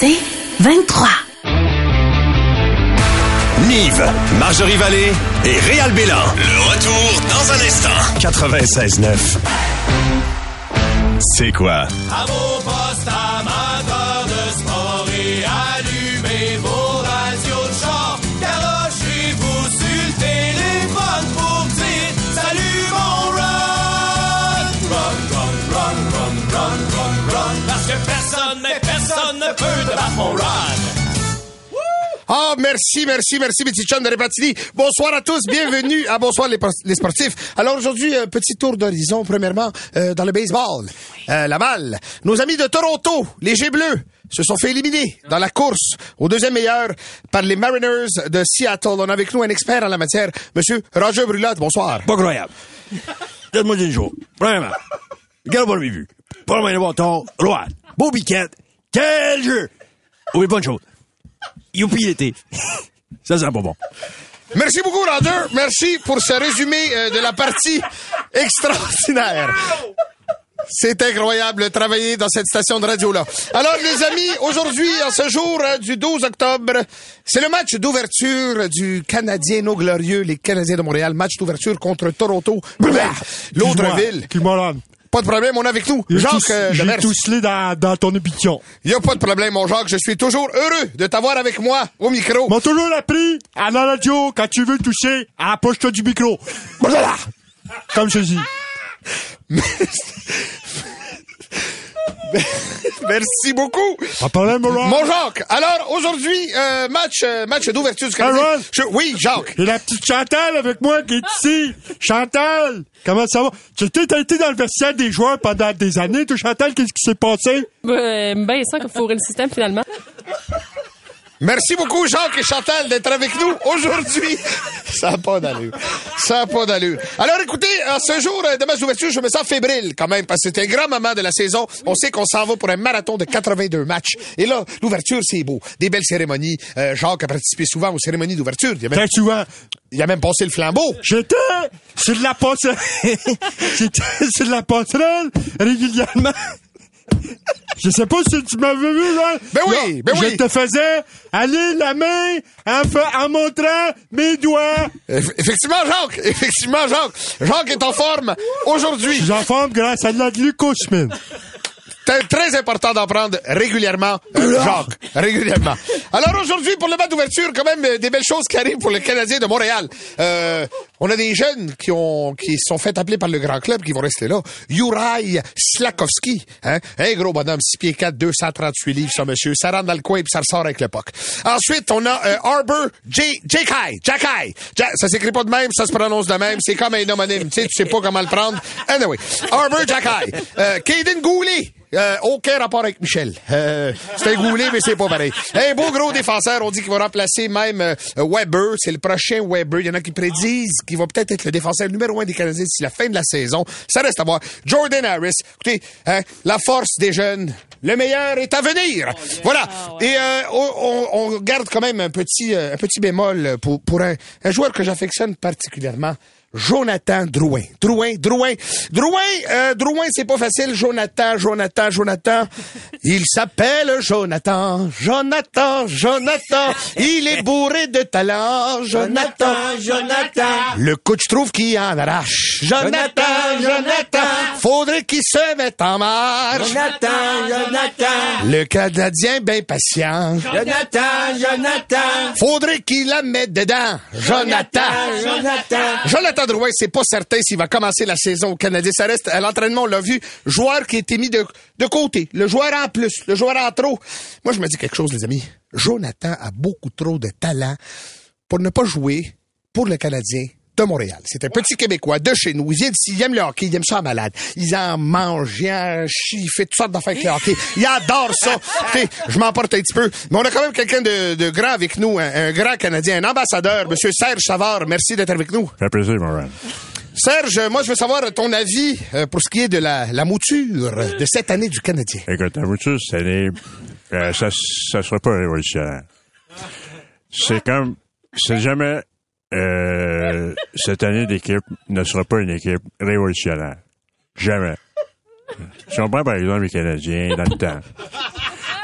C'est 23. Nive, Marjorie Vallée et Réal Bélan. Le retour dans un instant. 96.9. C'est quoi? À vos postes amateurs de sport et allumez vos radios de char. Garochez-vous sur le téléphone pour dire Salut mon run! Run, run, run, run, run, run, run. Parce que personne, mais personne ne peut te battre mon run. Ah, merci, merci, merci, mes petits chums de Répatilly. Bonsoir à tous, bienvenue à Bonsoir les, pos- les sportifs. Alors aujourd'hui, un petit tour d'horizon, premièrement, euh, dans le baseball. Euh, la balle. Nos amis de Toronto, les G bleus, se sont fait éliminer dans la course au deuxième meilleur par les Mariners de Seattle. On a avec nous un expert en la matière, Monsieur Roger Brulotte. Bonsoir. Pas croyable. Donne-moi une jour. Premièrement, regarde pas le vu. Pas le bâton. Rouen. Beau piquet. Quel jeu! Oui, bonne chose. Youpi l'été. Ça sent pas bon. Merci beaucoup, Roger. Merci pour ce résumé euh, de la partie extraordinaire. C'est incroyable de travailler dans cette station de radio-là. Alors, les amis, aujourd'hui, en ce jour euh, du 12 octobre, c'est le match d'ouverture du Canadien nos glorieux, les Canadiens de Montréal. Match d'ouverture contre Toronto, l'autre ville. Qui malade. Pas de problème, on est avec nous. Jacques euh, J'ai Demers. toussé dans, dans ton épition. Il n'y a pas de problème, mon Jacques. Je suis toujours heureux de t'avoir avec moi au micro. M'ont toujours appris à la radio, quand tu veux tousser, approche-toi du micro. Voilà. Comme ceci. Merci beaucoup. Pas de problème, Moran. Mon Jacques, alors aujourd'hui, euh, match, euh, match d'ouverture du Canadien. Aaron. Je- oui, Jacques. Et la petite Chantal avec moi qui est ici. Chantal, comment ça va? Tu t'es- t'as été dans le vestiaire des joueurs pendant des années, toi, Chantal, qu'est-ce qui s'est passé? Ben, ben, il sent qu'il fourrer le système finalement. Merci beaucoup, Jacques et Chantal, d'être avec nous aujourd'hui. Ça n'a pas d'allure. Ça n'a pas d'allure. Alors écoutez, en ce jour euh, de match d'ouverture, je me sens fébrile quand même, parce que c'est un grand moment de la saison. On sait qu'on s'en va pour un marathon de 82 matchs. Et là, l'ouverture, c'est beau. Des belles cérémonies. Euh, Jacques a participé souvent aux cérémonies d'ouverture. Il, a même- Très souvent. il a même passé le flambeau. J'étais sur la passerelle. J'étais sur la passerelle régulièrement. Je sais pas si tu m'avais vu, là. Ben oui, Là, ben oui. Je te faisais aller la main en, fa- en montrant mes doigts. Eff- Effectivement, Jacques. Effectivement, Jacques. Jacques est en forme aujourd'hui. Je suis en forme grâce à de la glucosamine. C'est très important d'en prendre régulièrement, euh, Jacques. Régulièrement. Alors aujourd'hui, pour le match d'ouverture, quand même, euh, des belles choses qui arrivent pour le Canadien de Montréal. Euh, on a des jeunes qui ont qui se sont fait appeler par le grand club qui vont rester là. Juraj Slakowski. Hein? Un gros bonhomme, 6 pieds 4, 238 livres, ce monsieur. Ça rentre dans le coin et ça ressort avec le puck. Ensuite, on a euh, Arbor J. Jacky. Jacky. Ja- ça s'écrit pas de même, ça se prononce de même. C'est comme un homonyme. Tu sais, tu sais pas comment le prendre. Anyway. Arbor Jacky. Euh, Caden Goulet. Euh, aucun rapport avec Michel. Euh, c'est un goulé, mais c'est pas pareil. Un beau gros défenseur, on dit qu'il va remplacer même euh, Weber. C'est le prochain Weber. Il y en a qui prédisent qu'il va peut-être être le défenseur numéro un des Canadiens d'ici la fin de la saison. Ça reste à voir. Jordan Harris. Écoutez, hein, la force des jeunes. Le meilleur est à venir. Voilà. Et euh, on, on- on garde quand même un petit, euh, un petit bémol pour, pour un, un joueur que j'affectionne particulièrement. Jonathan Drouin. Drouin, Drouin. Drouin, euh, Drouin, c'est pas facile. Jonathan, Jonathan, Jonathan. Il s'appelle Jonathan. Jonathan, Jonathan. Il est bourré de talent. Jonathan, Jonathan. Le coach trouve qu'il en arrache. Jonathan, Jonathan. Faudrait qu'il se mette en marche. Jonathan, Jonathan. Le Canadien bien patient. Faudrait qu'il la mette dedans. Jonathan. Jonathan. Jonathan Drouin, c'est pas certain s'il va commencer la saison au Canadien. Ça reste à l'entraînement, on l'a vu. Joueur qui a été mis de, de côté. Le joueur en plus. Le joueur en trop. Moi, je me dis quelque chose, les amis. Jonathan a beaucoup trop de talent pour ne pas jouer pour le Canadien de Montréal. C'est un petit Québécois de chez nous. Il vient d'ici, il aime le hockey, il aime ça en malade. Il en mange, il en chie, il fait toutes sortes d'affaires avec le hockey. Il adore ça. Tu sais, je m'emporte un petit peu. Mais on a quand même quelqu'un de, de grand avec nous, un, un grand Canadien, un ambassadeur, Monsieur Serge Savard. Merci d'être avec nous. Fait plaisir, Moran. Serge, moi, je veux savoir ton avis euh, pour ce qui est de la, la mouture de cette année du Canadien. Écoute, la voiture, c'est les- euh, ça, ça sera pas révolutionnaire. C'est comme, c'est jamais, euh, cette année d'équipe ne sera pas une équipe révolutionnaire. Jamais. Si on prend par exemple les Canadiens dans le temps,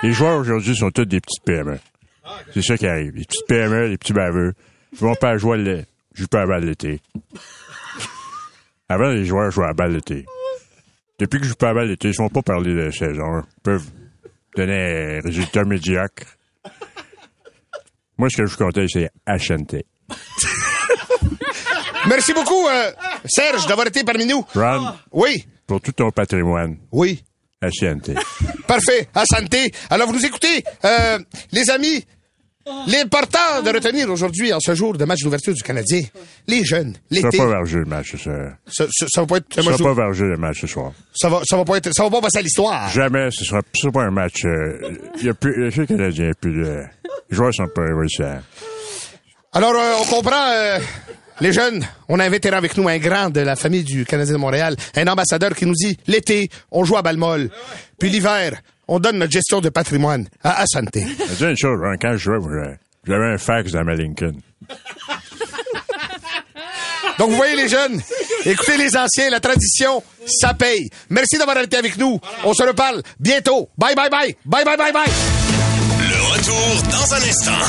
Les joueurs aujourd'hui sont tous des petites PME. E. C'est ça qui arrive. Les petites PME, les petits baveux. Ils vont pas jouer le lait. Je pas à la balle l'été. Avant, les joueurs jouaient à la balle l'été. Depuis que je joue pas à la balle l'été, ils ne font pas parler de saison. Ils peuvent donner un résultat médiocre. Moi, ce que je vous conseille, c'est HNT. Merci beaucoup, euh, Serge, d'avoir été parmi nous. Ron, Oui, pour tout ton patrimoine, Ah! oui. HNT. Parfait, à santé. Alors, vous nous écoutez, euh, les amis. L'important de retenir aujourd'hui, en ce jour de match d'ouverture du Canadien, les jeunes, Ça va l'été, pas vers le jeu, le match ce soir. ça, ça- ça va pas être, Ça va pas vers le jeu, le match ce soir. ça va, ça va pas être, ça va pas passer à l'histoire. Jamais, ce sera ce sera pas un match. euh, Il y a plus, le jeu canadien, il y a plus de. Les joueurs sont pas révolutionnaires. Alors, euh, on comprend, euh, les jeunes, on a un vétéran avec nous, un grand de la famille du Canadien de Montréal, un ambassadeur qui nous dit, l'été, on joue à Balmol, puis l'hiver, on donne notre gestion de patrimoine à, à santé. Je vais dire une chose, hein, quand je jouais, moi, j'avais- j'avais un fax dans ma Lincoln. Donc, vous voyez les jeunes, écoutez les anciens, la tradition, ça paye. Merci d'avoir été avec nous. On se reparle bientôt. Bye, bye, bye. Bye, bye, bye, bye. Le retour dans un instant.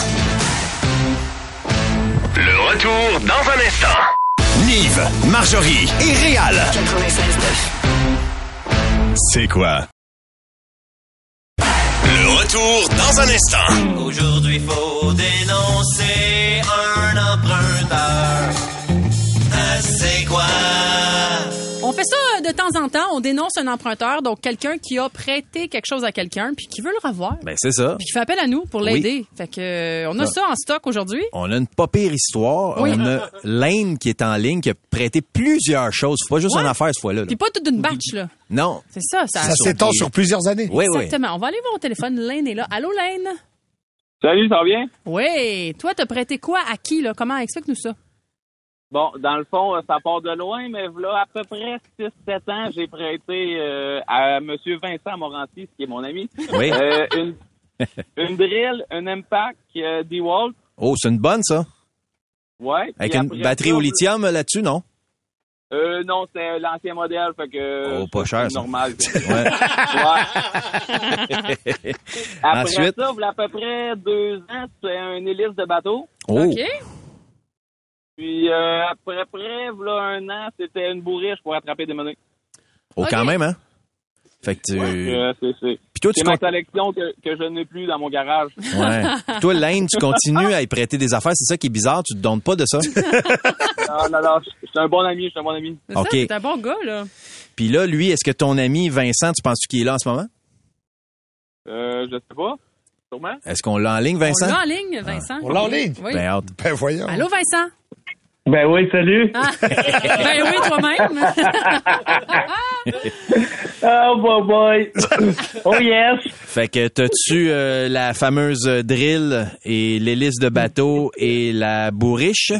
Le retour dans un instant. Nive, Marjorie et Réal. C'est quoi? Le retour dans un instant. Aujourd'hui, faut dénoncer un emprunteur. Ah, C'est quoi? On fait ça euh, de temps en temps. On dénonce un emprunteur, donc quelqu'un qui a prêté quelque chose à quelqu'un puis qui veut le revoir. Ben, Ah. c'est ça. Puis qui fait appel à nous pour l'aider. Fait que euh, on a ça en stock aujourd'hui. On a une pas pire histoire. Oui. On a Lane qui est en ligne, qui a prêté plusieurs choses. Faut pas juste Ouais. une affaire cette fois-là. là. Puis pas tout d'une batch là. Non. C'est ça, ça. Ça s'étend sur plusieurs années. Oui, oui. Exactement. On va aller voir au téléphone. Lane est là. Allô, Lane? Salut, ça va bien? Oui. Toi, t'as prêté quoi à qui, là? Comment? Explique-nous ça. Bon, dans le fond, euh, ça part de loin, mais voilà, à peu près 6-7 ans, j'ai prêté euh, à Monsieur Vincent Moranti, qui est mon ami, Oui. euh, une, une drill, un impact, euh, des Walt. Oh, c'est une bonne, ça. Ouais. Avec puis une après batterie ça, au lithium euh, là-dessus, non? Euh, non, c'est l'ancien modèle, fait que. euh, Oh, pas cher, C'est ça. normal. Ouais. Ouais. Après Ensuite? ça, voilà, à peu près deux ans, c'est un hélice de bateau. Oh. OK? Puis euh, après près, voilà un an, c'était une bourriche pour attraper des monnaies. Oh, quand Ok. même, hein? Fait que tu. Euh, c'est- c'est- Puis toi, tu C'est ma con- collection que, que je n'ai plus dans mon garage. Ouais. Toi, Lane, tu continues à y prêter des affaires. C'est ça qui est bizarre. Tu te donnes pas de ça. Non, non, non, je je suis un bon ami, je suis un bon ami. C'est ça, OK. c'est un bon gars, là. Puis là, lui, est-ce que ton ami Vincent, tu penses-tu qu'il est là en ce moment? Euh, je sais pas, sûrement. Est-ce qu'on l'a en ligne, On Vincent? l'a en ligne, Vincent. On l'a en ligne? Oui. Ben, hâte. Ben voyons. Allô, Vincent? Ben oui, salut. Ah. ben oui, Ah. toi-même. Oh, boy, boy. oh, yes. Fait que t'as-tu euh, la fameuse drill et l'hélice de bateau et la bourriche?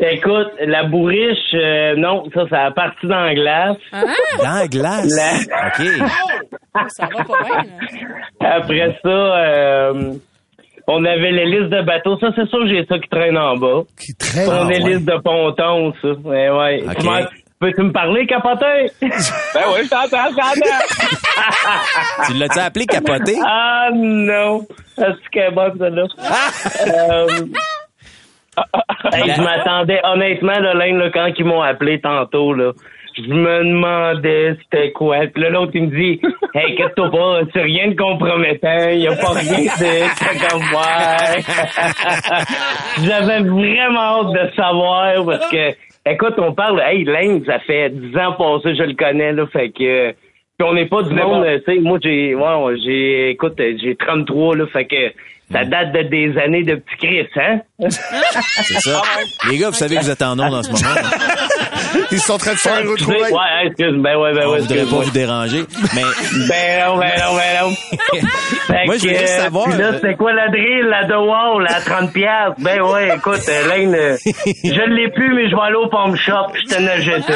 Écoute, la bourriche, euh, non, ça, ça a parti dans la glace. Dans la glace. La- OK. ça va pas bien, là. Après ça, euh, on avait l'hélice de bateau. Ça, c'est sûr, j'ai ça qui traîne en bas. Qui traîne. Ton ouais. hélice de ponton, ça. Ouais, ouais. Ok. Tu m'en- Peux-tu me parler, capoteur? ben oui, je t'entends, je t'entends. Tu l'as-tu appelé capoté? Ah non! Est-ce qu'elle est bonne, celle-là? Ah! Euh, hey, je m'attendais, honnêtement, là, Lane, là, quand ils m'ont appelé tantôt, là, je me demandais c'était quoi. Puis là, l'autre, il me dit, « Hey, qu'est-ce que t'as pas? C'est rien de compromettant. Il a pas rien de... C'est comme, ouais. » J'avais vraiment hâte de savoir parce que, écoute, on parle... Hey, Lane, ça fait 10 ans passés, je le connais, là, fait que... Puis on n'est pas du monde, euh, tu sais, moi j'ai ouais, on- j'ai écoute, euh, j'ai 33 là, fait que ça date de des années de petit Chris, hein? C'est ça. Les gars, vous savez que vous êtes en ondes en ce moment. Ils sont en train de faire un Ouais, retrouvaille. ouais, excuse, ben ouais, ben On ouais, voudrait pas excuse-moi. vous déranger. Mais Ben non, ben non, ben non. Fait Moi, je veux que, juste euh, savoir, puis euh, Là, c'est quoi la drill, la de wow, la 30 piastres? Ben ouais, écoute, euh, Lane, euh, je l'ai plus, mais je vais aller au Palm Shop, je te le Ah jette.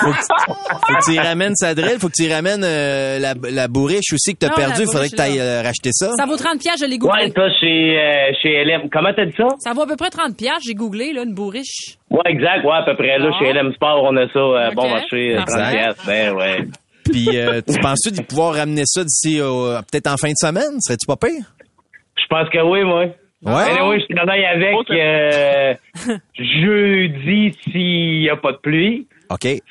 faut que, faut que tu y ramènes sa drill, faut que tu y ramènes euh, la, la bourriche aussi que t'as Non, la perdue. Faudrait bourriche, que t'ailles là. euh, racheter ça. Ça vaut 30 pièges, je l'ai googlé. Ouais, ça, chez, euh, chez LM. Comment t'as dit ça? Ça vaut à peu près 30 pièges, j'ai googlé, là, une bourriche. Ouais, exact, ouais, à peu près là, Ah. chez LM Sport, on a ça, euh, Ok. bon marché, euh, 30 Exact. piastres, ben ouais. Puis, euh, tu penses-tu de pouvoir ramener ça d'ici, euh, peut-être en fin de semaine? Serais-tu pas pire? Je pense que oui, moi. Ouais. Anyway, je travaille avec euh, jeudi s'il n'y a pas de pluie. OK. Fait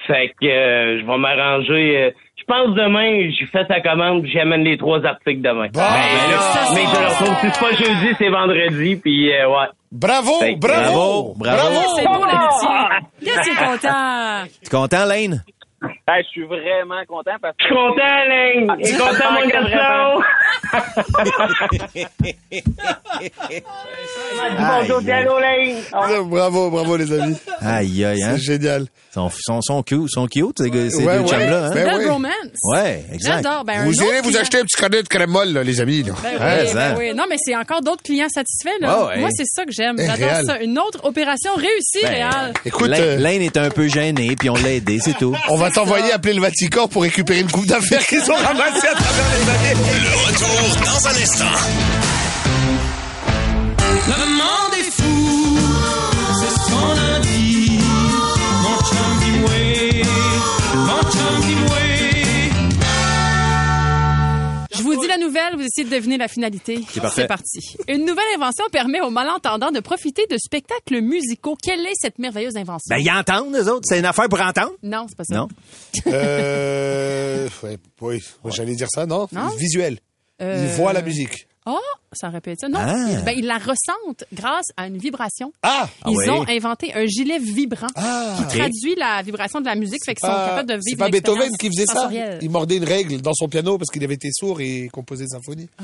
que euh, je vais m'arranger. euh, je pense demain, je fais sa commande, puis j'amène les trois articles demain. mais ben là, mais je le retrouve. Si c'est pas jeudi, c'est vendredi, puis euh, ouais. Bravo, Fait que, bravo, bravo. C'est beau l'amitié. Qu'est-ce que t'es content? T'es content, Lane? je suis vraiment content parce que. Je suis content, Alain! Je suis content, mon garçon! Bonjour, Diallo, Alain! Bravo, bravo, les amis. Aïe, aïe, hein? C'est génial. Ils sont, sont, sont cute, sont cute, ces, gars- ces Ouais, deux ouais, chums-là. Hein? ben Belle oui. romance. Ouais, exact. J'adore. Ben, un vous autre irez vous client. acheter un petit cornet de crème molle, là, les amis. Là. Ben oui, Hein? ben oui. Non, mais c'est encore d'autres clients satisfaits. Là. Ouais, ouais. Moi, c'est ça que j'aime. Eh, J'adore Réal. Ben, ça. Une autre opération réussie, Réal. Écoute, Lane, euh, Lane est un peu gêné, puis on l'a aidé, c'est tout. On va t'envoyer appeler le Vatican pour récupérer une coupe d'affaires qu'ils ont ramassée à travers les années. Le retour dans un instant. Le monde est fou, c'est ce qu'on a dit. Mon chum Kimway, mon chum Kimway. Je vous dis la nouvelle, vous essayez de deviner la finalité. C'est parfait. parti. Une nouvelle invention permet aux malentendants de profiter de spectacles musicaux. Quelle est cette merveilleuse invention? Ben, ils entendent, les autres. C'est une affaire pour entendre. Non, c'est pas ça. Non? Euh, ouais, oui, Moi, j'allais dire ça, non? Non. Visuel. Euh, Ils voient la musique. Ah, ça aurait pu être ça. Non, Ah. ils- ben, ils la ressentent grâce à une vibration. Ah! Ils Ah oui. ont inventé un gilet vibrant qui Ok. traduit la vibration de la musique, fait qu'ils sont Ah, capables de vivre C'est pas une Beethoven expérience qui faisait ça. sensorielle. Il mordait une règle dans son piano parce qu'il avait été sourd et composait des symphonies. Ah.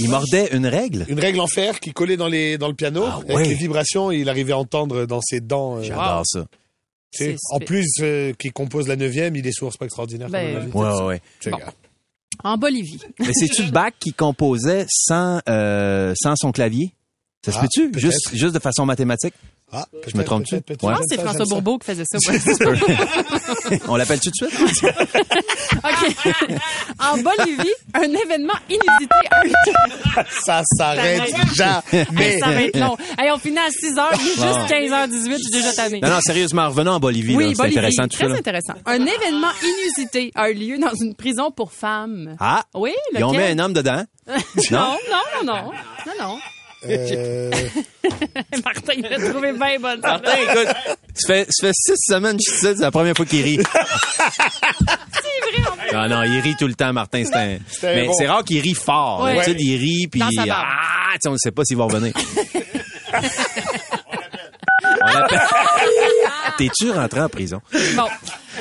Ils mordaient une règle. Une règle en fer qui collait dans, les, dans le piano. Ah ouais. Avec les vibrations, il arrivait à entendre dans ses dents. euh, J'adore ça. tu sais. C'est En spé- plus, euh, qui compose la neuvième, il est sourd, c'est pas extraordinaire. Ben, comme on l'a dit. Ouais, ouais, ouais. C'est Bon. grave. En Bolivie. Mais c'est-tu Bach qui composait sans, euh, sans son clavier? Ça se Ah, peut-tu? peut-être. Juste, juste de façon mathématique? Ah, Je me peut-être, trompe-tu? peut-être, peut-être. Ouais. Je pense que c'est J'aime ça, François j'aime ça. Bourbeau qui faisait ça. ouais. On l'appelle tout de suite? OK. En Bolivie, un événement inusité. Un... Ça s'arrête Hey, jamais. ça va être long. Hey, on finit à 6 h, juste Bon. 15h18, je suis déjà tannée. Non, non, sérieusement, revenons en Bolivie. là. oui, c'est Bolivie, intéressant tout ça. très là. intéressant. Un événement inusité a eu lieu dans une prison pour femmes. Ah! Oui, Ils ont mis lequel? un homme dedans. non, non, non, non, non, non. Euh, Martin, il l'a trouvé bien bonne. Martin, écoute, ça fait, ça fait six semaines que je suis ici, c'est la première fois qu'il rit. Ah Non, non, il rit tout le temps, Martin. C'est un... un Mais bon. c'est rare qu'il rit fort. Ouais. D'habitude, il rit, puis Dans sa barbe. ah, tu sais, on ne sait pas s'il va revenir. On l'appelle. T'es-tu rentré en prison? Bon.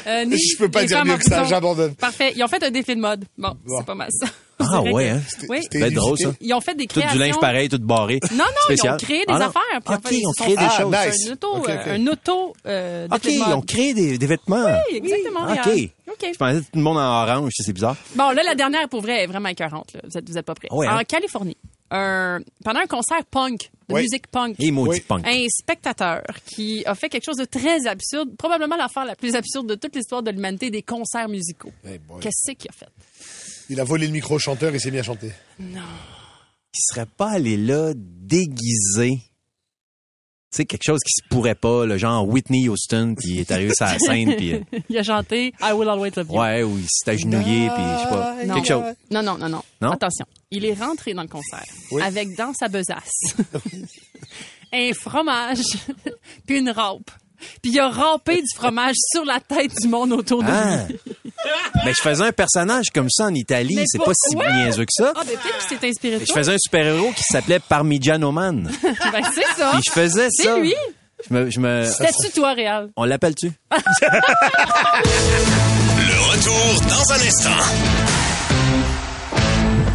Euh, ni- Je peux pas les dire femmes mieux en que ça, prison. j'abandonne. Parfait. Ils ont fait un défi de mode. Bon, c'est pas mal ça. Ah On dirait ouais, que- hein? Oui. C'est drôle, ça. Ils ont fait des Tout créations. du linge pareil, tout barré. Non, non, Spécial. ils ont créé des Ah, Ah, non. affaires. puis OK, fait- ils ont sont créé des faits choses. un Nice. auto, OK, euh, OK. Un auto euh, OK, défi de ils mode. ont créé des, des vêtements. Oui, exactement. OK. Réal. Ah, OK. Je pensais tout le monde en orange, ça, c'est bizarre. Bon, là, la dernière, pour vrai, est vraiment écœurante. là. Vous, êtes, vous êtes pas prêts. Ouais, hein? En Californie, un- pendant un concert punk, de Oui. musique punk, Et maudit Oui. punk. un spectateur qui a fait quelque chose de très absurde, probablement l'affaire la plus absurde de toute l'histoire de l'humanité des concerts musicaux. Eh boy. Qu'est-ce qu'il a fait? Il a volé le micro au chanteur et s'est mis à chanter. qui serait pas allé là déguisé. Tu sais, quelque chose qui se pourrait pas, le genre Whitney Houston, puis il est arrivé sur la scène, puis euh, Il a chanté I Will Always Love You. ouais, ou il s'est agenouillé, puis je sais pas, Non. quelque chose. Non, non, non, non, Non? Attention. Il est rentré dans le concert Oui. avec dans sa besace un fromage puis une râpe. Puis il a râpé du fromage sur la tête du monde autour de Ah! lui. Mais je faisais un personnage comme ça en Italie, Mais c'est pas si pourquoi? niaiseux que ça. Ah, ben peut-être qu'il s'est inspiré de Je toi. faisais un super-héros qui s'appelait Parmigiano Man. Ben, c'est ça. Puis je faisais C'est ça. lui. Je me, je me... C'était-tu toi, Réal? On l'appelle-tu? Le retour dans un instant.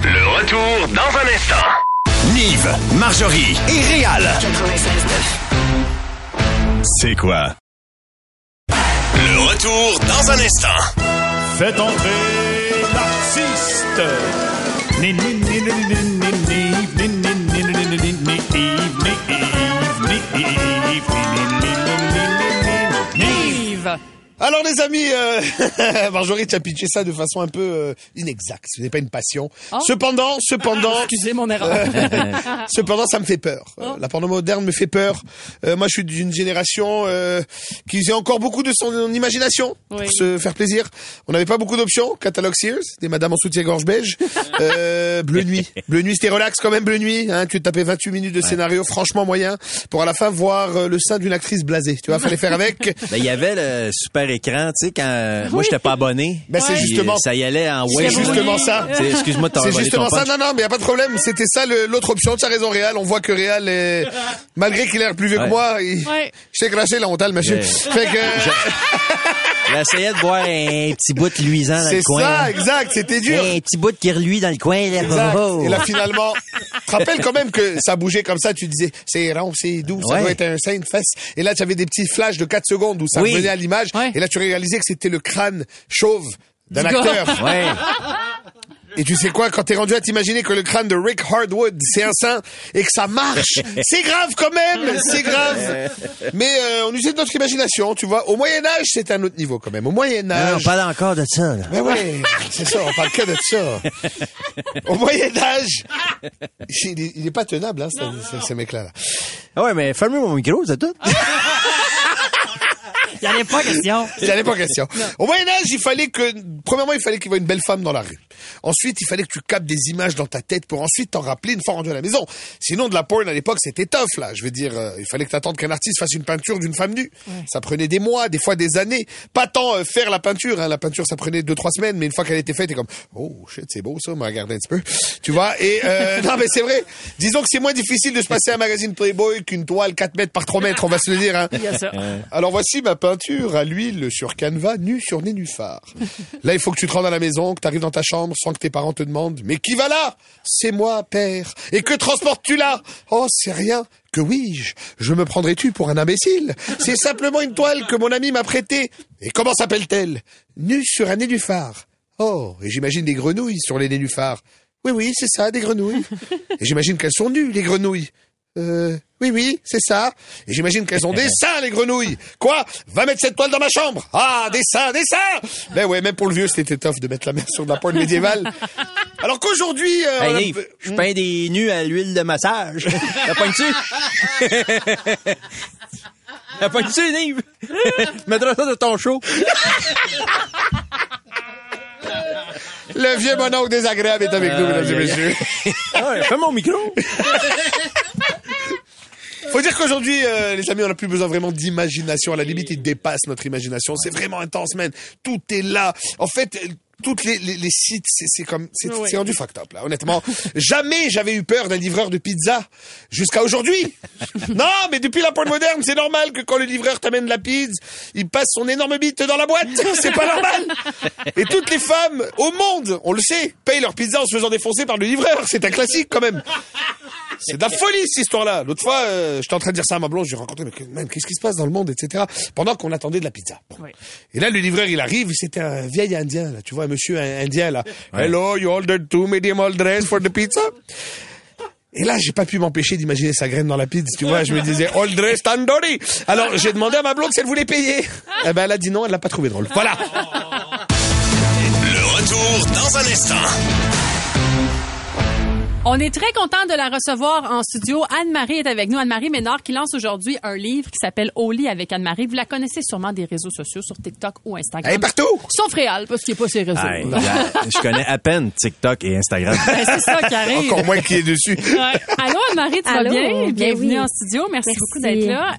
Le retour dans un instant. Nive, Marjorie et Réal. C'est quoi? Le retour dans un instant. Faites entrer l'artiste. Ni, ni, ni, ni, ni, ni, ni, ni, ni, ni, ni, ni, ni, ni, ni, Yves, ni, Yves, ni, Yves, ni, ni, ni, ni, ni, ni, ni, ni, ni, ni, ni. Yves. Alors les amis, euh, Marjorie tu as pitché ça de façon un peu euh, inexacte. Ce n'est pas une passion. Oh. Cependant, cependant, euh, excusez mon erreur. Oh. cependant, ça me fait peur. Euh, La porno moderne me fait peur. Euh, moi, je suis d'une génération euh, qui faisait encore beaucoup de son imagination Oui. pour se faire plaisir. On n'avait pas beaucoup d'options. Catalogue Sears, des madames en soutien-gorge beige. Euh, Bleu nuit, Bleu nuit, c'était relax quand même. Bleu nuit, hein, tu te tapais 28 minutes de scénario, franchement moyen, pour à la fin voir euh, le sein d'une actrice blasée. Tu vois, fallait faire avec. Ben, il y avait le super écran, tu sais, quand euh, moi, Oui. j'étais pas abonné. Ben, c'est Puis, justement- euh, Ça y allait en C'est justement ça. C'est- Excuse-moi de t'en C'est voler ton justement ça. Non, punch. non, mais y a pas de problème. C'était ça le- l'autre option. Tu as raison, Réal. On voit que Réal est, malgré qu'il a l'air plus vieux Ouais. que moi, il... je t'ai craché longtemps, le machin. Ouais. Fait que. J'essayais de voir un petit bout de luisant dans C'est le coin. hein. ça, là. exact, c'était dur. Un petit bout qui reluit dans le coin, là. Exact. Oh, oh. Et là, finalement, tu te rappelles quand même que ça bougeait comme ça, tu disais, c'est rond, c'est doux, ça Ouais. doit être un sein, une fesse. Et là, tu avais des petits flashs de 4 secondes où ça Oui. revenait à l'image. Et là, tu réalisais que c'était le crâne chauve d'un Du gars. acteur. Ouais. Et tu sais quoi, quand t'es rendu à t'imaginer que le crâne de Rick Hardwood, c'est un sein, et que ça marche, c'est grave quand même, c'est grave. Mais euh, on usait de notre imagination, tu vois. Au Moyen-Âge, c'est un autre niveau quand même. Au Non, on Moyen-Âge, parle encore de ça, là. mais oui, c'est ça, on parle que de ça. Au Moyen-Âge, il est- il est pas tenable, hein, ce- ce- ce mec-là. là. Ah ouais, mais fermez mon micro, c'est tout. Il n'y avait pas question. Il n'y avait pas question. Au Moyen-Âge, il fallait que, premièrement, il fallait qu'il y ait une belle femme dans la rue. Ensuite, il fallait que tu captes des images dans ta tête pour ensuite t'en rappeler une fois rendu à la maison. Sinon, de la porn à l'époque, c'était tough, là. Je veux dire, euh, il fallait que t'attendes qu'un artiste fasse une peinture d'une femme nue. Ça prenait des mois, des fois des années. Pas tant euh, faire la peinture, hein. La peinture, ça prenait deux, trois semaines, mais une fois qu'elle était faite, t'es comme, oh shit, c'est beau ça, on m'a regardé un petit peu. Tu vois? Et, euh, non, mais c'est vrai. Disons que c'est moins difficile de se passer un magazine Playboy qu'une toile 4 mètres par 3 mètres, on va se le dire, hein. Il y a ça. Ouais. Alors voici ma peinture à l'huile sur Canva, nue sur Nénuphar. Là, il faut que tu te rendes à la maison, que tu arrives dans ta chambre sans que tes parents te demandent Mais qui va là C'est moi, père. Et que transportes-tu là Oh, c'est rien. Que oui-je Je me prendrais-tu pour un imbécile C'est simplement une toile que mon ami m'a prêtée. Et comment s'appelle-t-elle Nue sur un nénuphar. Oh, et j'imagine des grenouilles sur les nénuphars. Oui, oui, c'est ça, des grenouilles. Et j'imagine qu'elles sont nues, les grenouilles. Euh, oui, oui, c'est ça. Et j'imagine qu'elles ont des seins, les grenouilles. Quoi Va mettre cette toile dans ma chambre. Ah, des seins, des seins Ben ouais, même pour le vieux, c'était tough de mettre la main sur de la pointe médiévale. Alors qu'aujourd'hui... euh, on a- Hey, Yves, je peins des nus à l'huile de massage. T'as pas une T'as pas une Yves? Tu mettras ça de ton show. Le vieux mononcle désagréable est Euh, avec nous, mesdames et messieurs. fais Ah mon micro. Faut dire qu'aujourd'hui, euh, les amis, on n'a plus besoin vraiment d'imagination. À la limite, il dépasse notre imagination. C'est vraiment intense, man. Tout est là. En fait, euh, toutes les, les, les sites, c'est c'est comme, c'est Ouais. c'est rendu fucked up, là, honnêtement. Jamais j'avais eu peur d'un livreur de pizza. Jusqu'à aujourd'hui. non, mais depuis la pointe moderne, c'est normal que quand le livreur t'amène la pizza, il passe son énorme bite dans la boîte. c'est pas normal. Et toutes les femmes au monde, on le sait, payent leur pizza en se faisant défoncer par le livreur. C'est un classique, quand même. C'est de la folie cette histoire-là. L'autre fois, euh, j'étais en train de dire ça à ma blonde, j'ai rencontré, mais que- man, qu'est-ce qui se passe dans le monde, etc. Pendant qu'on attendait de la pizza. Et là, le livreur, il arrive, c'était un vieil indien, là, tu vois, un monsieur un- indien, là. Hello, you ordered two medium all dress for the pizza? Et là, j'ai pas pu m'empêcher d'imaginer sa graine dans la pizza, tu vois. Je me disais, all dressed tandoori. Alors, j'ai demandé à ma blonde si elle voulait payer. Eh ben, elle a dit non, elle l'a pas trouvé drôle. Voilà. Le retour dans un instant. On est très content de la recevoir en studio. Anne-Marie est avec nous. Anne-Marie Ménard qui lance aujourd'hui un livre qui s'appelle Au lit avec Anne-Marie. Vous la connaissez sûrement des réseaux sociaux sur TikTok ou Instagram. Hey, partout! Sauf Réal, parce qu'il n'est pas ses réseaux. Hey, la- je connais à peine TikTok et Instagram. Ben, c'est ça qui arrive. Encore moins qui est dessus. Ouais. Allô, Anne-Marie, tu Allô, vas bien? ben Bienvenue oui. en studio. Merci, Merci. beaucoup d'être là.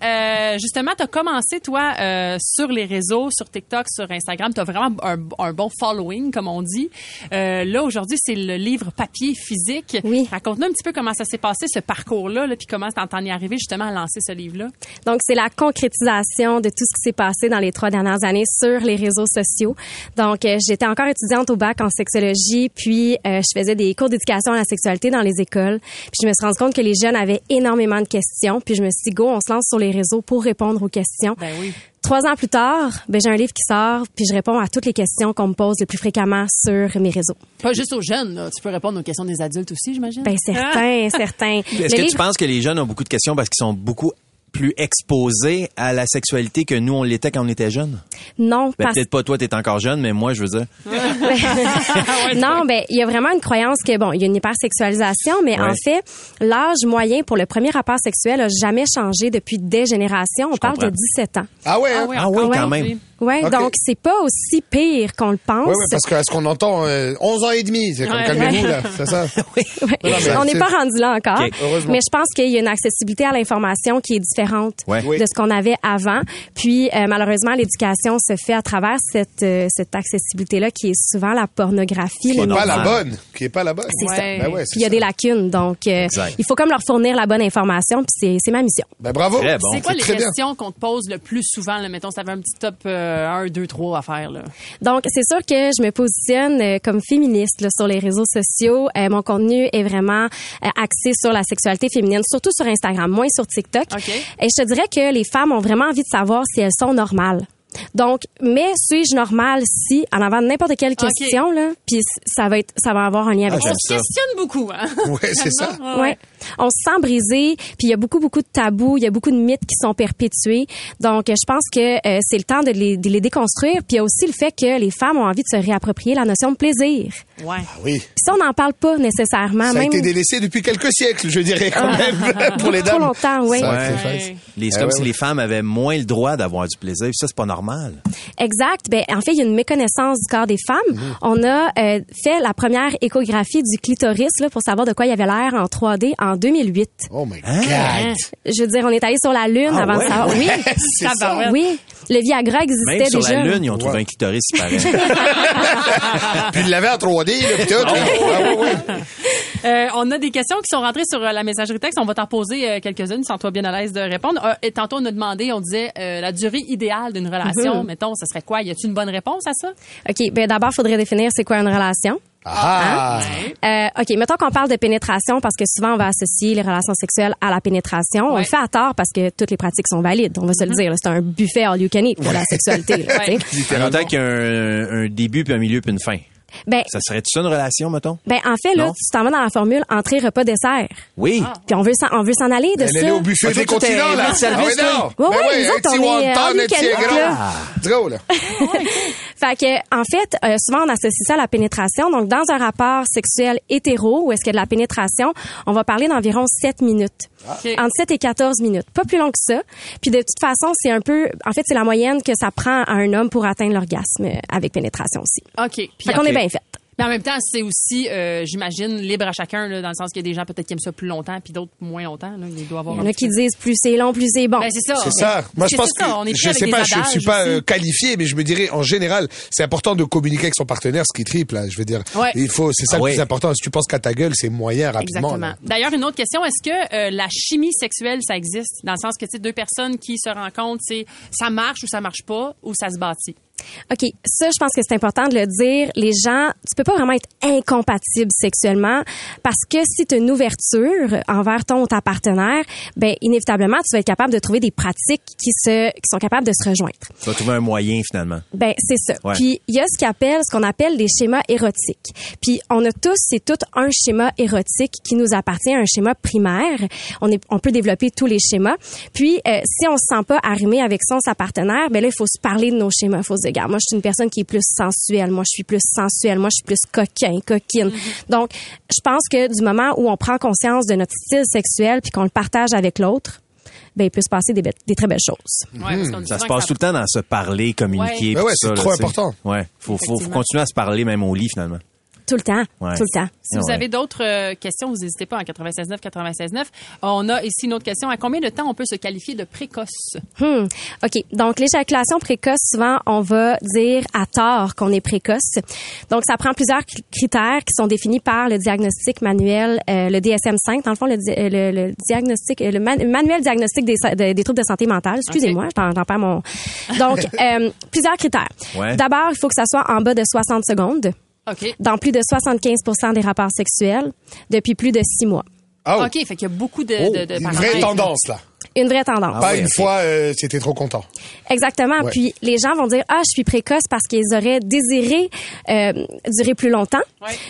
Euh, justement, tu as commencé, toi, euh, sur les réseaux, sur TikTok, sur Instagram. Tu as vraiment un, un bon following, comme on dit. Euh, là, aujourd'hui, c'est le livre papier physique. Raconte-nous un petit peu comment ça s'est passé, ce parcours-là, là, puis comment t'en t'en es arrivé justement à lancer ce livre-là. Donc, c'est la concrétisation de tout ce qui s'est passé dans les trois dernières années sur les réseaux sociaux. Donc, euh, j'étais encore étudiante au bac en sexologie, puis euh, je faisais des cours d'éducation à la sexualité dans les écoles. Puis je me suis rendu compte que les jeunes avaient énormément de questions, puis je me suis dit, go, on se lance sur les réseaux pour répondre aux questions. Ben Trois ans plus tard, ben, j'ai un livre qui sort, puis je réponds à toutes les questions qu'on me pose le plus fréquemment sur mes réseaux. Pas juste aux jeunes, là. tu peux répondre aux questions des adultes aussi, j'imagine. Ah. Ben, certain, certain. Est-ce Le que tu livre- penses que les jeunes ont beaucoup de questions parce qu'ils sont beaucoup plus exposés à la sexualité que nous, on l'était quand on était jeunes? Non, Ben, parce Peut-être pas toi, t'es encore jeune, mais moi, je veux dire. non, ben il y a vraiment une croyance que bon, il y a une hypersexualisation, mais Ouais. en fait, l'âge moyen pour le premier rapport sexuel a jamais changé depuis des générations. On parle de comprends. 17 ans. Ah ouais, hein? Ah ouais, quand Ouais. même. Ouais, Ok. donc c'est pas aussi pire qu'on le pense. Oui, oui, parce que ce qu'on entend, euh, 11 ans et demi, c'est comme Ouais. calmez-vous, Ouais. là, c'est ça? Ouais. Non, mais on n'est c'est- pas rendu là encore. Ok, heureusement. Mais je pense qu'il y a une accessibilité à l'information qui est différente Ouais. Oui. de ce qu'on avait avant. Puis euh, malheureusement, l'éducation se fait à travers cette, euh, cette accessibilité-là qui est souvent la pornographie. Qui les n'est pas mots- la bonne. Qui n'est pas la bonne. C'est ça. Ben ouais, Puis c'est il y a ça. des lacunes, donc euh, Exact. il faut comme leur fournir la bonne information, puis c'est- c'est ma mission. Ben bravo. C'est quoi les questions qu'on te pose le plus souvent? Là? Mettons, si t'avais un petit top 1, 2, 3 à faire. Là. Donc, c'est sûr que je me positionne euh, comme féministe là, sur les réseaux sociaux. Euh, mon contenu est vraiment euh, axé sur la sexualité féminine, surtout sur Instagram, moins sur TikTok. Et je te dirais que les femmes ont vraiment envie de savoir si elles sont normales. Donc, mais suis-je normale si, en avant de n'importe quelle Ok. question, là, puis c- ça va être, ça va avoir un lien Ah, avec on se questionne beaucoup. Hein? Finalement, ouais, ouais. Ouais. On se sent brisé, puis il y a beaucoup, beaucoup de tabous, il y a beaucoup de mythes qui sont perpétués. Donc, euh, je pense que euh, c'est le temps de les, de les déconstruire. Puis il y a aussi le fait que les femmes ont envie de se réapproprier la notion de plaisir. Ouais. Ah Oui. Puis ça, on n'en parle pas nécessairement. Ça a Ah, même... été délaissé depuis quelques siècles, je dirais, quand même, pour les Trop dames. longtemps, oui. Ça a Ouais. été fait. Les, Eh c'est Ah comme ouais, si ouais. les femmes avaient moins le droit d'avoir du plaisir. puis Ça, c'est pas normal. Exact. Ben, en fait, il y a une méconnaissance du corps des femmes. On a euh, fait la première échographie du clitoris là, pour savoir de quoi il y avait l'air en 3D en 2008. Oh my Hein? Je veux dire, on est allé sur la Lune Ah avant ouais? de savoir. Oui, C'est ça. Tabarouette. oui. Le Viagra existait Même sur déjà. la Lune, ils ont trouvé un clitoris, il paraît. Puis ils l'avaient en 3D, là, puis tout. là. Ah ouais, ouais. Euh, on a des questions qui sont rentrées sur euh, la messagerie texte. On va t'en poser euh, quelques-unes, sens-toi bien à l'aise de répondre. Euh, et tantôt, on a demandé, on disait euh, la durée idéale d'une relation. Mhm. Mettons, ça serait quoi? Y a-t-il une bonne réponse à ça? OK, ben d'abord, faudrait définir c'est quoi une relation. Ah! hein? Euh, OK, mettons qu'on parle de pénétration parce que souvent on va associer les relations sexuelles à la pénétration. On le fait à tort parce que toutes les pratiques sont valides, on va Mm-hmm. se le dire. là. C'est un buffet all you can eat pour la sexualité. là, tu sais. En même temps qu'il y a un, un début, puis un milieu, puis une fin. Ben- ça serait ça une relation, mettons? Ben en fait là, Non. tu t'en vas dans la formule entrée repas dessert. Oui. Puis on veut s'en- on veut s'en aller de Elle ça. Bah, allait au buffet Ah, toi, des toi, t'es continents, là. Marcel Ah ouais, Viste, non. Ouais, Ben ouais, ouais, nous un autres, petit on est, wonton, euh, all you un petit can eat, gras. Ah. là. Drôle. Fait que, en fait, euh, souvent on associe ça à la pénétration. Donc, dans un rapport sexuel hétéro où est-ce qu'il y a de la pénétration, on va parler d'environ 7 minutes. Ah. Ok. Entre 7 et 14 minutes. Pas plus long que ça. Puis, de toute façon, c'est un peu, en fait, c'est la moyenne que ça prend à un homme pour atteindre l'orgasme euh, avec pénétration aussi. Ah! OK. Fait qu'on est bien fait. Mais en même temps, c'est aussi, euh, j'imagine, libre à chacun, là, dans le sens qu'il y a des gens peut-être qui aiment ça plus longtemps, puis d'autres moins longtemps. Là. Il doit avoir Il y un en a petit- qui disent plus c'est long, plus c'est bon. c'est ça. C'est ça. Moi, je pense que je sais pas, je, je suis pas euh, qualifié, mais je me dirais en général, c'est important de communiquer avec son partenaire ce qui triple. là, je veux dire, Ouais. il faut, c'est ça Ah le ouais. plus important. Si tu penses qu'à ta gueule, c'est moyen rapidement. Exactement. là. D'ailleurs, une autre question, est-ce que euh, la chimie sexuelle, ça existe? Dans le sens que, tu sais, deux personnes qui se rencontrent, c'est ça marche ou ça marche pas, ou ça se bâtit? OK, ça, je pense que c'est important de le dire. Les gens, tu peux pas vraiment être incompatible sexuellement parce que si tu as une ouverture envers ton ou ta partenaire, ben inévitablement, tu vas être capable de trouver des pratiques qui se qui sont capables de se rejoindre. Tu vas trouver un moyen, finalement. Ben c'est ça. Ouais. Puis il y a ce qu'appelle ce qu'on appelle les schémas érotiques. Puis on a tous et toutes un schéma érotique qui nous appartient, un schéma primaire. On est on peut développer tous les schémas. Puis euh, si on se sent pas arrimé avec son sa partenaire, ben là il faut se parler de nos schémas, il faut se dire regarde, moi je suis une personne qui est plus sensuelle, moi je suis plus sensuelle, moi je suis plus coquin, coquine. Mm-hmm. Donc je pense que du moment où on prend conscience de notre style sexuel puis qu'on le partage avec l'autre, ben il peut se passer des, be- des très belles choses. Ouais, parce qu'on dit Ça se souvent que passe tout le temps dans se parler, communiquer. Ouais. puis Ben ouais, tout c'est ça, là, trop tu sais. important. Ouais. Faut, faut, faut Effectivement. continuer à se parler, même au lit, finalement. Tout le temps, Ouais. tout le temps. Si vous avez d'autres euh, questions, vous n'hésitez pas en 96.9, 96.9. On a ici une autre question. À combien de temps on peut se qualifier de précoce? Hmm. OK. Donc, l'éjaculation précoce, souvent, on va dire à tort qu'on est précoce. Donc, ça prend plusieurs cri- critères qui sont définis par le diagnostic manuel, euh, le DSM-5, dans le fond, le, di- euh, le- le diagnostic, euh, le man- manuel diagnostic des, sa- de- des troubles de santé mentale. Excusez-moi, j'en j'en perds mon... Donc, euh, plusieurs critères. Ouais. D'abord, il faut que ça soit en bas de 60 secondes. OK. Dans plus de 75 des rapports sexuels depuis plus de six mois. OK, fait qu'il y a beaucoup de, Ah Oh, de, de une vraie paramètres. tendance là. Une vraie tendance. Pas une fois, euh, c'était trop content. Exactement. Ouais. Puis les gens vont dire ah je suis précoce parce qu'ils auraient désiré euh, durer plus longtemps.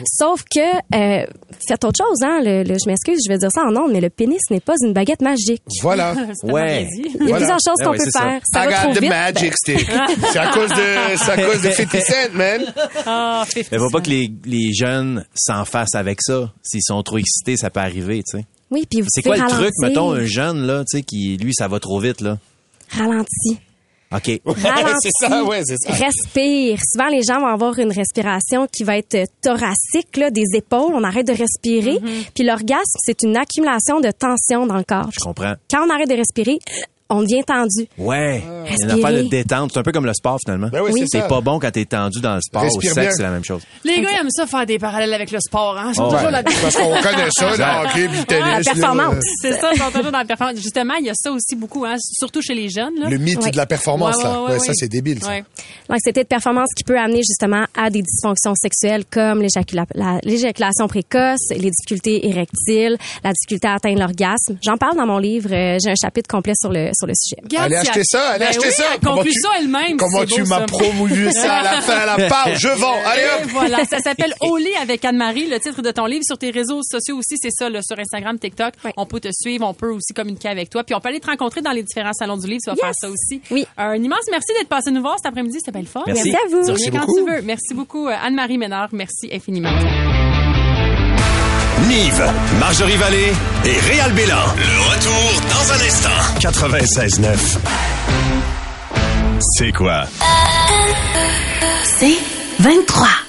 Sauf que euh, Faites autre chose, hein. le- le- je m'excuse, je vais dire ça en ondes, mais le pénis n'est pas une baguette magique. Voilà. Ouais. Ben Il y a plusieurs choses qu'on peut faire. Ça, va I got trop vite. the Ben. magic stick. c'est à cause de, c'est à cause de 50 Cent, man. Ah, Mais faut pas que les, les jeunes s'en fassent avec ça. S'ils sont trop excités, ça peut arriver, tu sais. Oui, puis vous C'est quoi pouvez le truc, ralentir. mettons, un jeune, là, tu sais, qui, lui, ça va trop vite, là? Ralentis. OK. Ralentis. ouais, c'est Respire. Souvent, les gens vont avoir une respiration qui va être euh, thoracique, là, des épaules. On arrête de respirer. Puis l'orgasme, c'est une accumulation de tension dans le corps. Je comprends. Quand on arrête de respirer, on devient tendu. Ouais. Il y a une Respirer. affaire de détente. C'est un peu comme le sport, finalement. Ben oui, Oui. c'est c'est ça. pas bon quand t'es tendu dans le sport. Au Respire Oh, sexe, bien. c'est la même chose. Les gars, ils aiment ça faire des parallèles avec le sport. Hein? Ils sont Ouais. toujours là-dedans. Parce qu'on connaît ça, le hockey, puis le tennis, Ouais, là. Ah, C'est ça, ils sont toujours dans la performance. Justement, il y a ça aussi beaucoup, hein, surtout chez les jeunes. Là. Le mythe Ouais. de la performance, Ouais, là. ouais, Ouais, ouais, ça, ouais. c'est débile, ça. Ouais. L'anxiété de performance qui peut amener justement à des dysfonctions sexuelles comme l'éjacula- la- l'éjaculation précoce, les difficultés érectiles, la difficulté à atteindre l'orgasme. J'en parle dans mon livre. euh, J'ai un chapitre complet sur le, sur le sujet. Allez acheter ça, allez Ben acheter oui, ça. elle conclut ça elle-même, Comment c'est tu beau, m'as ça. promoulu ça à la fin, à la part, je vends. Allez Et hop. voilà, ça s'appelle Au lit avec Anne-Marie, le titre de ton livre. Sur tes réseaux sociaux aussi, c'est ça, là, sur Instagram, TikTok. On peut te suivre, on peut aussi communiquer avec toi. Puis on peut aller te rencontrer dans les différents salons du livre, tu vas faire ça aussi. Oui. Un immense merci d'être passé nous voir cet après-midi, c'était belle fort. Merci. Merci à vous. Tu Merci reviens quand beaucoup. tu veux. Merci beaucoup, euh, Anne-Marie Ménard. Merci infiniment. Nive, Marjorie Vallée et Réal Bélan. Le retour dans un instant. 96.9. C'est quoi? C'est 23.